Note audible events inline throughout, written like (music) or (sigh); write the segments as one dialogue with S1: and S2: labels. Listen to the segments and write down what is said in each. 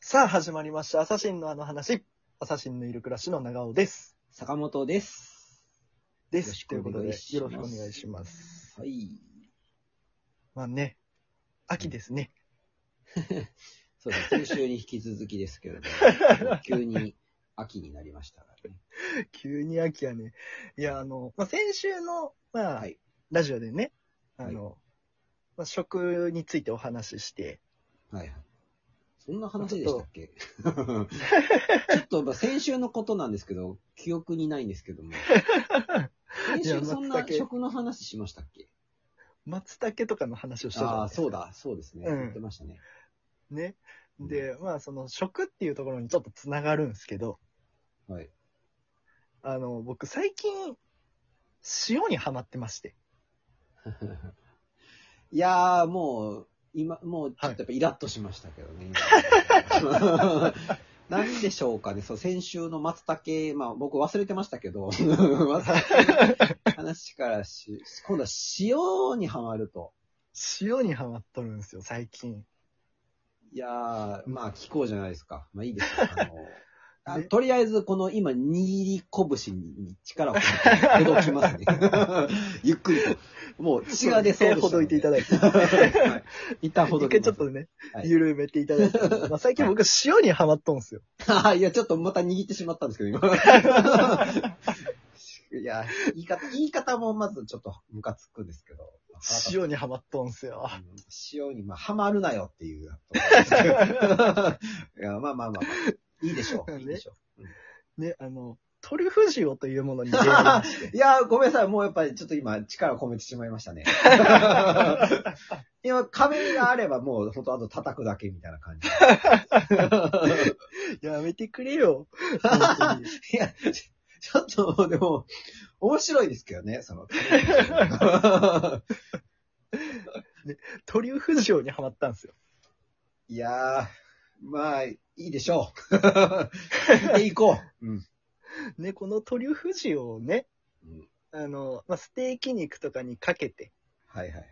S1: さあ、始まりました。アサシンのあの話。アサシンのいる暮らしの長尾です。
S2: 坂本です。
S1: で
S2: よろ
S1: す。
S2: し
S1: とい
S2: く
S1: うこ
S2: お
S1: と
S2: 願
S1: で、
S2: い
S1: よ
S2: し
S1: ろ
S2: ます
S1: しくお願いします。
S2: はい。
S1: まあね、秋ですね。
S2: そうです。
S1: (laughs)
S2: 先週に引き続きですけれど、急に秋になりましたからね。
S1: 急に秋やね。いや、あの、まあ、先週の、まあ、
S2: はい
S1: ラジオでね、あの、まあ、食についてお話しして、
S2: はいはい。そんな話でしたっ
S1: (laughs)
S2: けちょっと、まあ、先週のことなんですけど、記憶にないんです
S1: (laughs)
S2: けども。先
S1: いや
S2: 週そんな
S1: 松茸
S2: 食の話しましたっけ
S1: 松茸とかの話をしたじゃ
S2: あ
S1: ない
S2: あ、
S1: ですか
S2: そう。だ、そうですね。
S1: うん
S2: 言ってましたね。
S1: ね。で、まあ、その食っていうところにちょっとつながるんですけど、
S2: はい。
S1: あの、僕最近、塩にハマってまして。
S2: いやー、もう、今、もう、ちょっとやっぱイラッとしましたけどね。なんでしょうかね、そう、先週の松茸、まあ僕忘れてましたけど、松茸の話からし、今度は塩にはまると。
S1: 塩にハマっとるんですよ、最近。
S2: いやー、まあ聞こうじゃないですか。まあいいですよ。あのあ
S1: ね
S2: とりあえず、この今、握り拳に力を込めて、ほどきますね。ゆっくりと。もう血が出そうで
S1: 手
S2: し
S1: ほどいていた
S2: だ
S1: だいて。
S2: (laughs) いて。一旦ほど
S1: 一回
S2: きま
S1: ちょっ
S2: す
S1: とね、
S2: はい
S1: 緩めていた
S2: (laughs)
S1: だいて。まあ、最近僕、塩にハマっとんすよ。
S2: ああ、いや、ちょっとまた握ってしまったんですけ
S1: (laughs)
S2: ど、今。いや、言い方、言い方もまずちょっとムカつくんですけど。
S1: 塩にハマっとんすよ。
S2: うん塩に、まあ、はまるなよっ
S1: (laughs)
S2: ていうところですけど。いや、まあまあまあまあ。いいでしょう。
S1: ね
S2: いいでしょ
S1: ね、あの、トリュフ塩というものに出会いま
S2: (laughs)
S1: し
S2: う。いや、ごめんなさい。もうやっぱりちょっと今力を込めてしまいました
S1: (laughs)
S2: ね。今、壁があればもう本当あと叩くだけみたいな感
S1: (laughs)
S2: じ。 (laughs)
S1: て。やめてくれ
S2: (laughs)
S1: よ。本当に
S2: いや、ちちょっと、でも、面白いですけど
S1: (laughs)
S2: ね、その。
S1: トリュフ塩にハマったんすよ。
S2: いやー、まあ、いいでしょう。聞いていこう。うん。
S1: ね、このトリュフ塩をね、
S2: うん
S1: あの、まあ、ステーキ肉とかにかけて、
S2: はいはいはい。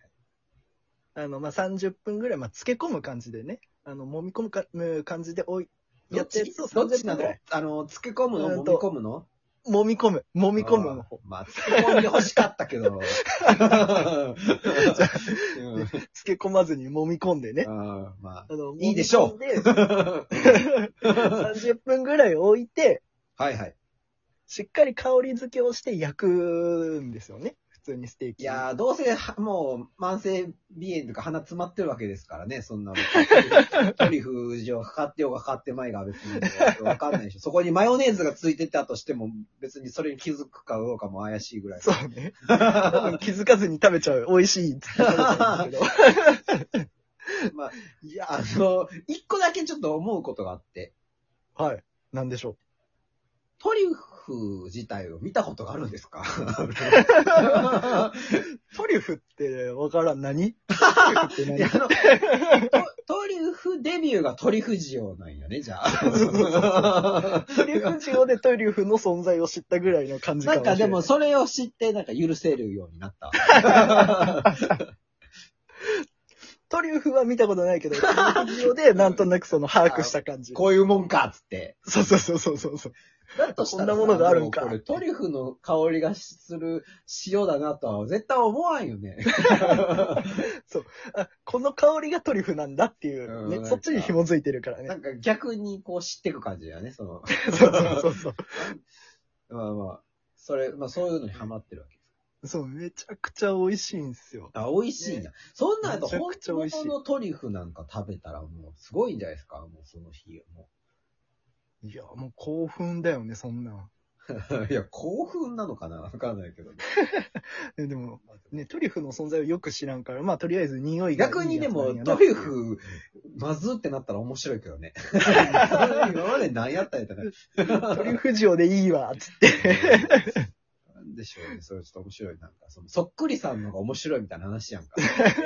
S1: あの、まあ、30分ぐらい、まあ、漬け込む感じでね、あの、揉み込むかむ感じでおい、
S2: ど
S1: や
S2: っ
S1: ったや
S2: ち
S1: つを
S2: どっち
S1: 30
S2: な
S1: 分ぐら
S2: の
S1: い。
S2: あの、漬け込むの
S1: うん
S2: 揉
S1: と
S2: み込むの
S1: 揉み込む。揉み込むの方。
S2: あーまあ、漬け込んで欲しかった
S1: (laughs)
S2: けど。うん
S1: 漬け込まずに揉み込んでね。
S2: あーまあ。
S1: あの
S2: いいでしょう
S1: 揉み込んで (laughs) 30分ぐらい置いて、
S2: はいはい。
S1: しっかり香り付けをして焼くんですよね。普通にステーキ。
S2: いやー、どうせは、もう、慢性鼻炎とか鼻詰まってるわけですからね、そんなの。トリュフ塩かかってようがかかってまいが別にわかんないでしょ。そこにマヨネーズがついてたとしても、別にそれに気づくかどうかも怪しいぐらい。
S1: そうね。多分気づかずに食べちゃう。美味しいって食べちゃうんですけ
S2: まあ、いや、あの、一個だけちょっと思うことがあって、
S1: (laughs) ど。はい。なんでしょ
S2: トリュフ自体を見たことがあるんですか
S1: う。トリュフってわからん。何トリュフって
S2: いや
S1: 何
S2: あのトトリュフデビューがトリュフ塩なんよね、じゃあ。
S1: トリュフ塩でトリュフの存在を知ったぐらいの感じか
S2: なん
S1: もしれな
S2: か
S1: い。
S2: でも、それを知って、なんか許せるようになった。
S1: (laughs) トリュフは見たことないけど、トリュフ塩でなんとなくその把握した感じ。
S2: こういうもんかっつって。
S1: そうそうそうそうそうそう。
S2: だとしたらさ
S1: こんなものがあるんか
S2: もうこれトリュフの香りがする塩だなとは絶対思わんよね。
S1: あ、この香りがトリュフなんだっていう、
S2: うん
S1: ね、そっちに紐づいてるから
S2: な
S1: (laughs) ね。
S2: んか逆にこう知ってく感じだよね、その。
S1: そうそうそうそう。
S2: まあまあ、それ、まあそういうのにハマってるわけです。
S1: (laughs) そう、めちゃくちゃ美味しいんですよ。
S2: あ、美味しいな。そんなんやと
S1: めちゃ
S2: 本
S1: くちゃ美味しい
S2: 当のトリュフなんか食べたらもうすごいんじゃないですか、もうその日。も
S1: いや、もう興奮だよね、そんなん。
S2: ういや、興奮なのかなわかんないけど。
S1: えでも、ね、トリュフの存在をよく知らんから、まあ、とりあえず匂いがいいやつ
S2: 逆にで
S1: な
S2: も
S1: んや、な
S2: トリュ。フ、まずってなったら面白いけどね。 (laughs) 今まで何やったんやったか。
S1: トリュフ塩でいいわ、つって。
S2: なんでしょうね。それちょっと面白い。なんか、その、そっくりさんのが面白いみたいな話やんか。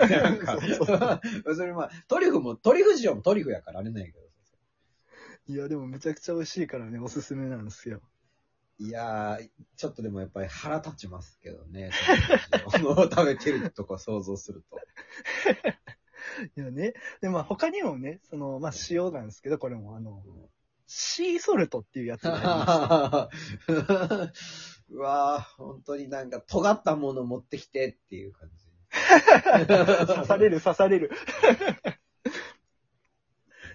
S2: なんか、それまあ、トリュフも、トリュフ塩もトリュフやからあれなんやけど。
S1: いや、でもめちゃくちゃ美味しいからね、おすすめなんですよ。
S2: いやー、ちょっとでもやっぱり腹立ちますけどね。その食べてるとこ想像すると。
S1: いやね。で、まあ他にもね、その、まあ塩なんですけど、これもあの、シーソルトっていうや
S2: (laughs)
S1: つがありまして
S2: うわぁ、本当になんか尖ったもの持ってきてっていう感
S1: (laughs)
S2: じ。(laughs)
S1: 刺される刺される。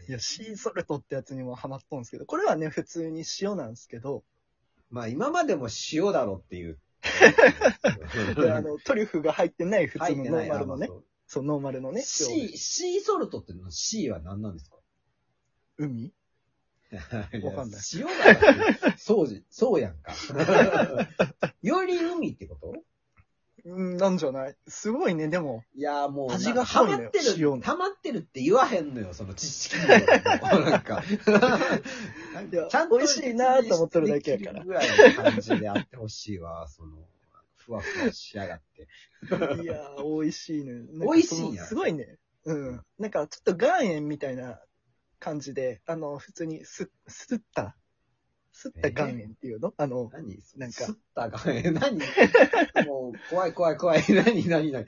S1: いや、シーソルトってやつにもハマっとんですけど、これはね、普通に塩なんですけど、
S2: まあ今までも塩だろっていう。
S1: (laughs) であのトリュフが入ってない普通のノーマルのね、
S2: そう
S1: そう、ノーマルのね、塩
S2: C、シーソルトっての C は何なんですか
S1: 海 (laughs) わかんない。
S2: (laughs) 塩だろって。そうじ、そうやんか。 (laughs) より海ってこと
S1: うん、なんじゃないすごいね、でも、
S2: いやーもう、
S1: 味が
S2: ハ
S1: 濃い
S2: マ
S1: の
S2: っ
S1: よ
S2: て
S1: 塩の
S2: る、ハマってるって言わへんのよ、その知識量 (laughs) がもうなんか。
S1: いや美味しいなーと思ってるだけやから
S2: ぐらいの感じであってほしいわ、その、ふわふわしやがって。
S1: いやー、美味しいね。なんか
S2: 美味しいん
S1: そ
S2: や
S1: のすごいね。うん。なんか、ちょっと岩塩みたいな感じで、あの、普通にす、すった、すった岩塩っていうの、あの、
S2: 何
S1: なんか
S2: すったか、え、何もう、怖い怖い怖い。何何何
S1: い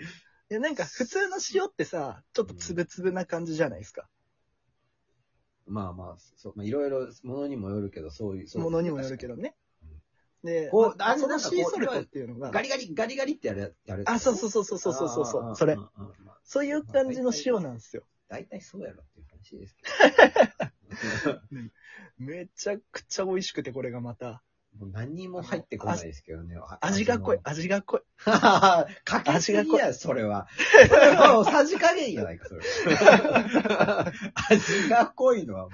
S1: や、なんか普通の塩ってさ、ちょっとつぶつぶな感じじゃないですか。
S2: まあまあ、そう、まあいろいろ、ものにもよるけど、そういう、そう
S1: ものにもよるけどね。で、
S2: こう
S1: まあ
S2: あれ
S1: そ
S2: な
S1: の
S2: んか
S1: シ
S2: こう
S1: ーソルトっていうのが、
S2: ガリガリ、ガリガリってやる、やる。
S1: あ、そうそうそうそうそうそうそう
S2: あー
S1: それ。
S2: あーあーまあ
S1: そういう感じの塩なんですよ。
S2: 大体そうやろっていう話ですけど。
S1: めちゃくちゃ美味しくて、これがまた。
S2: もう何にも入ってこないですけどね。あ
S1: 味が濃い、。味が濃い。
S2: はははは (laughs) かけすぎ
S1: 味が
S2: や、それは。それはもうさじ加減やないか、それは。 (laughs) 味が濃いのは、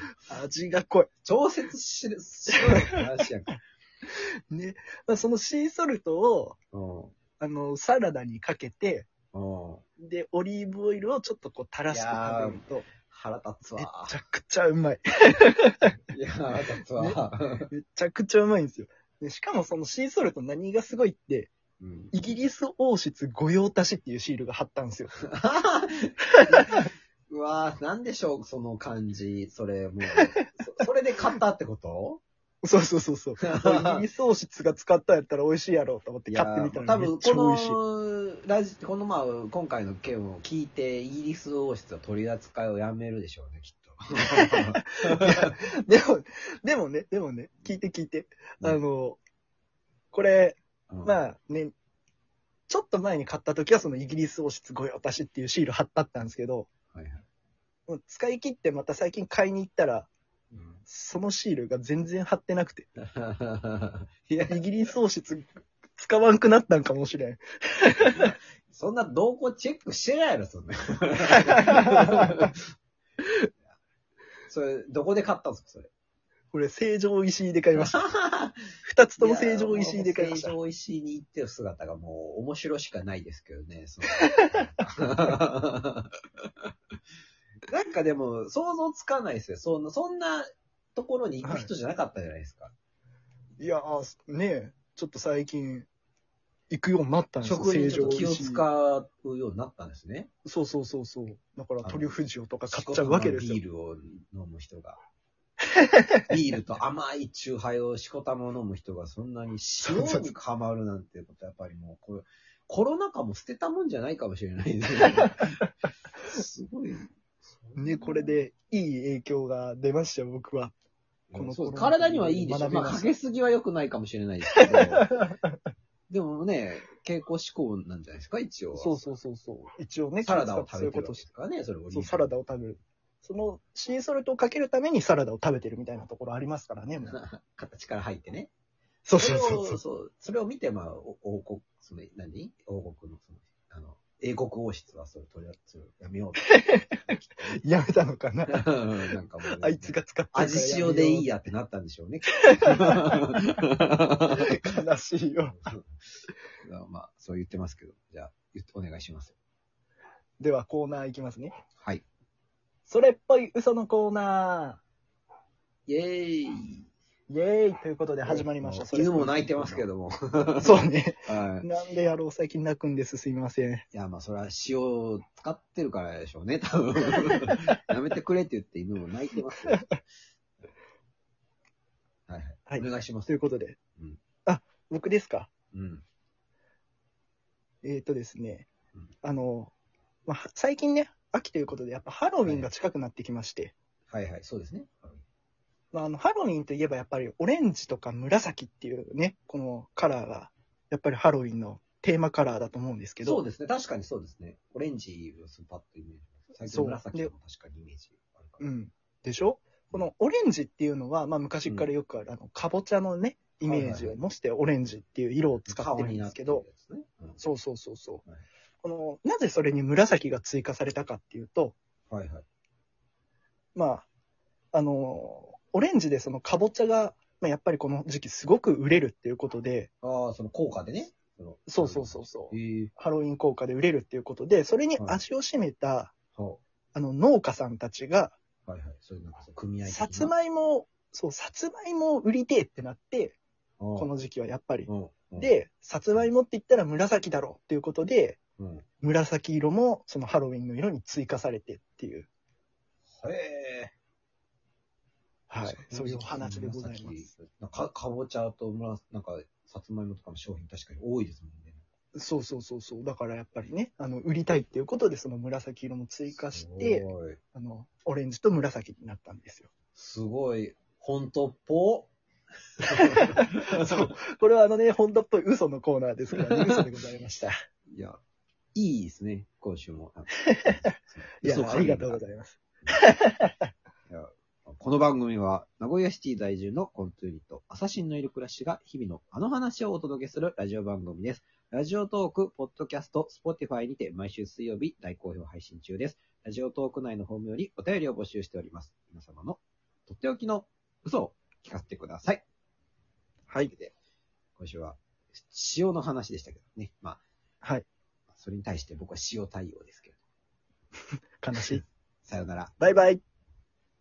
S1: 味が濃い。
S2: 調節しろ、しろよって話やんか。
S1: ね。まあ、そのシーソルトを、
S2: うん。
S1: あの、サラダにかけて、
S2: うん。
S1: で、オリーブオイルをちょっとこう垂らして食べると、
S2: 腹立つ
S1: め
S2: わ。
S1: ちゃくちゃうまい。
S2: いや、腹立つわ。
S1: めちゃくちゃうまいんですよ。でしかもそのシーソルト何がすごいって、
S2: うん (laughs)
S1: イギリス王室御用達っていうシールが貼ったんですよ。
S2: うわぁ、なんでしょう、その感じ。それ、もう。そそれで買ったって (laughs) こと
S1: そうそうそうそう。イギリス王室が使ったんやったら美味しいやろうと思って
S2: い
S1: 買
S2: や
S1: ってみた
S2: 多
S1: らめっ
S2: 分
S1: ちゃ
S2: こ
S1: 美味しい。
S2: のラジ、このまあ、今回の件を聞いて、イギリス王室は取り扱いをやめるでしょうね、きっ
S1: (laughs) でも、でもね、でもね、聞いて聞いて。
S2: うん
S1: あの、これ、
S2: と。あ、
S1: まあね、ちょっと前に買った時はそのイギリス王室御用達っていうシール貼ったったんですけど、
S2: はいはい
S1: もう使い切ってまた最近買いに行ったら、そのシールが全然貼ってなくて、
S2: (laughs) いや、
S1: イギリス王室使わんくなったんかもしれん。
S2: そんな動向チェックしてないやろ、
S1: (laughs)
S2: そんな。それ、どこで買ったんですか、それ。
S1: これ、成城石井で買いました。二つとも成城石井で買いました
S2: 成。城石井に行ってる姿がもう面白しかないですけどね。その
S1: (laughs)
S2: なんかでも想像つかないですよ。そんな、そんなところに行く人じゃなかったじゃないですか。
S1: いやー、ねえ、ちょっと最近、行くようになったんですよ、
S2: 食にちょっと気
S1: 成
S2: を
S1: 城石井
S2: 使うようになったんですね。
S1: そうそうそうそう。だから、
S2: あの
S1: トリュフ塩とか買っちゃうわけですよ
S2: ビ。ールを飲む人が。ビールと甘い酎ハイをしこたま飲む人がそんなに塩にハマるなんてことやっぱりもう、これ、コロナ禍も捨てたもんじゃないかもしれないです
S1: (laughs)
S2: ね。すごい。
S1: ね、これで、いい影響が出ましたよ、僕は。この
S2: そう
S1: コロナ禍
S2: 体にはいいでしょ。
S1: 学び
S2: ま
S1: ま
S2: あ、
S1: した
S2: かけすぎは良くないかもしれないで
S1: (laughs)
S2: すけど。でもね、健康志向なんじゃないですか、一応。
S1: そうそうそうそう。一応ね、
S2: サラダを
S1: 気を使
S2: 食べ
S1: ってそういうこ
S2: てるわ
S1: と
S2: けで
S1: し
S2: すからね、それを
S1: そう、サラダを食べる。その、シーソルトをかけるためにサラダを食べてるみたいなところありますからね。もう
S2: (laughs) 形から入ってね。
S1: そう
S2: そ
S1: そ
S2: れ
S1: う
S2: を、
S1: そうそう。
S2: そうそれを見て、まあ、お王国、その、何王国の、その、あの、英国王室はそれ取り扱う、やめよう
S1: (laughs) やめたのかな
S2: と。なんかもう、
S1: あいつが使ってるから
S2: 味
S1: やめよう
S2: 塩でいいやってなったんでしょ
S1: (laughs)
S2: うね。
S1: 悲しいよ。
S2: まあ、そう言ってますけど、じゃあ、言ってお願いします。
S1: ではコーナーいきますね。
S2: はい。
S1: それっぽい嘘のコーナ
S2: イェーイ。
S1: ーイェーイということで始まりました。それっ
S2: 犬
S1: ぽ
S2: も泣いてますけ
S1: ど。
S2: ども。
S1: (laughs) そうね。
S2: はい。
S1: なんでやろう最近泣くんです。すいません。
S2: いや、まあ、それは塩を使ってるからでしょうね、多分。 (laughs) やめてくれって言って犬も泣いてますよ。はい
S1: は
S2: はい。
S1: い
S2: お願いします
S1: とい。うことで。
S2: うん
S1: あ、僕ですか
S2: うん。
S1: えっ、ー、とですね
S2: うん。
S1: あの、まあ、最近ね、秋ということで、やっぱハロウィンが近くなってきまして、
S2: はいはい、そうですね。
S1: まあ、あのハロウィンといえばやっぱりオレンジとか紫っていうね、このカラーが、やっぱりハロウィンのテーマカラーだと思うんですけど、
S2: そうですね。確かにそうですね。オレンジをスパッとイメージ。最近
S1: そう
S2: 紫
S1: で
S2: も確かにイメージあるか
S1: う
S2: ら。
S1: ん。でしょこのオレンジっていうのは、まあ昔からよくある、あの、かぼちゃのね、イメージを模してオレンジっていう色を使ってるんですけど、
S2: 顔になってるやつね。
S1: そうそうそうそう
S2: はい。
S1: この、なぜそれに紫が追加されたかっていうと、
S2: うんはいはい。
S1: まあ、あの、オレンジでそのかぼちゃが、まあ、やっぱりこの時期すごく売れるっていうことで、
S2: ああ、その効果でね。の
S1: そうそうそうそう。
S2: へえ
S1: ハロウィン効果で売れるっていうことで、それに足を占めた、
S2: は
S1: あの、農家さんたちが、
S2: あはいはい。そういうなんかその組合的な
S1: さつまいもを、そう、さつまいもを売りてえってなって、こ
S2: こ
S1: の時期はやっぱり。
S2: の、うん、
S1: で、さつまいもって言ったら紫だろうっていうことで、
S2: うん、うん。へ
S1: 紫色もそのハロウィンの色に追加されてっていう、
S2: え。
S1: はい、そういうお話でございま
S2: 紫
S1: す。。
S2: なんか、かぼちゃと紫、なんか、さつまいもとかの商品確かに多いですもんね。
S1: そうそうそうそう。だからやっぱりね、あの、売りたいっていうことで、その紫色も追加して
S2: す、ごい。
S1: あの、オレンジと紫になったんですよ。
S2: すごい。本当っぽ。
S1: (laughs) そう。これはあのね、本当っぽい嘘のコーナーですからね、嘘でございま (laughs) した。
S2: いや、いいですね、今週も。
S1: (laughs) いや、ありがとうござ
S2: い
S1: います。
S2: ます。この番組は、名古屋シティ在住のコントゥーニと、アサシンのいる暮らしが日々のあの話をお届けするラジオ番組です。ラジオトーク、ポッドキャスト、スポティファイにて毎週水曜日大好評配信中です。ラジオトーク内のホームよりお便りを募集しております。皆様のとっておきの嘘を聞かせてください。
S1: はい。
S2: で、今週は塩の話でしたけどね。まあ、
S1: はい。
S2: それに対して僕は塩対応ですけど。
S1: 悲しい。
S2: さよなら。
S1: バイバイ。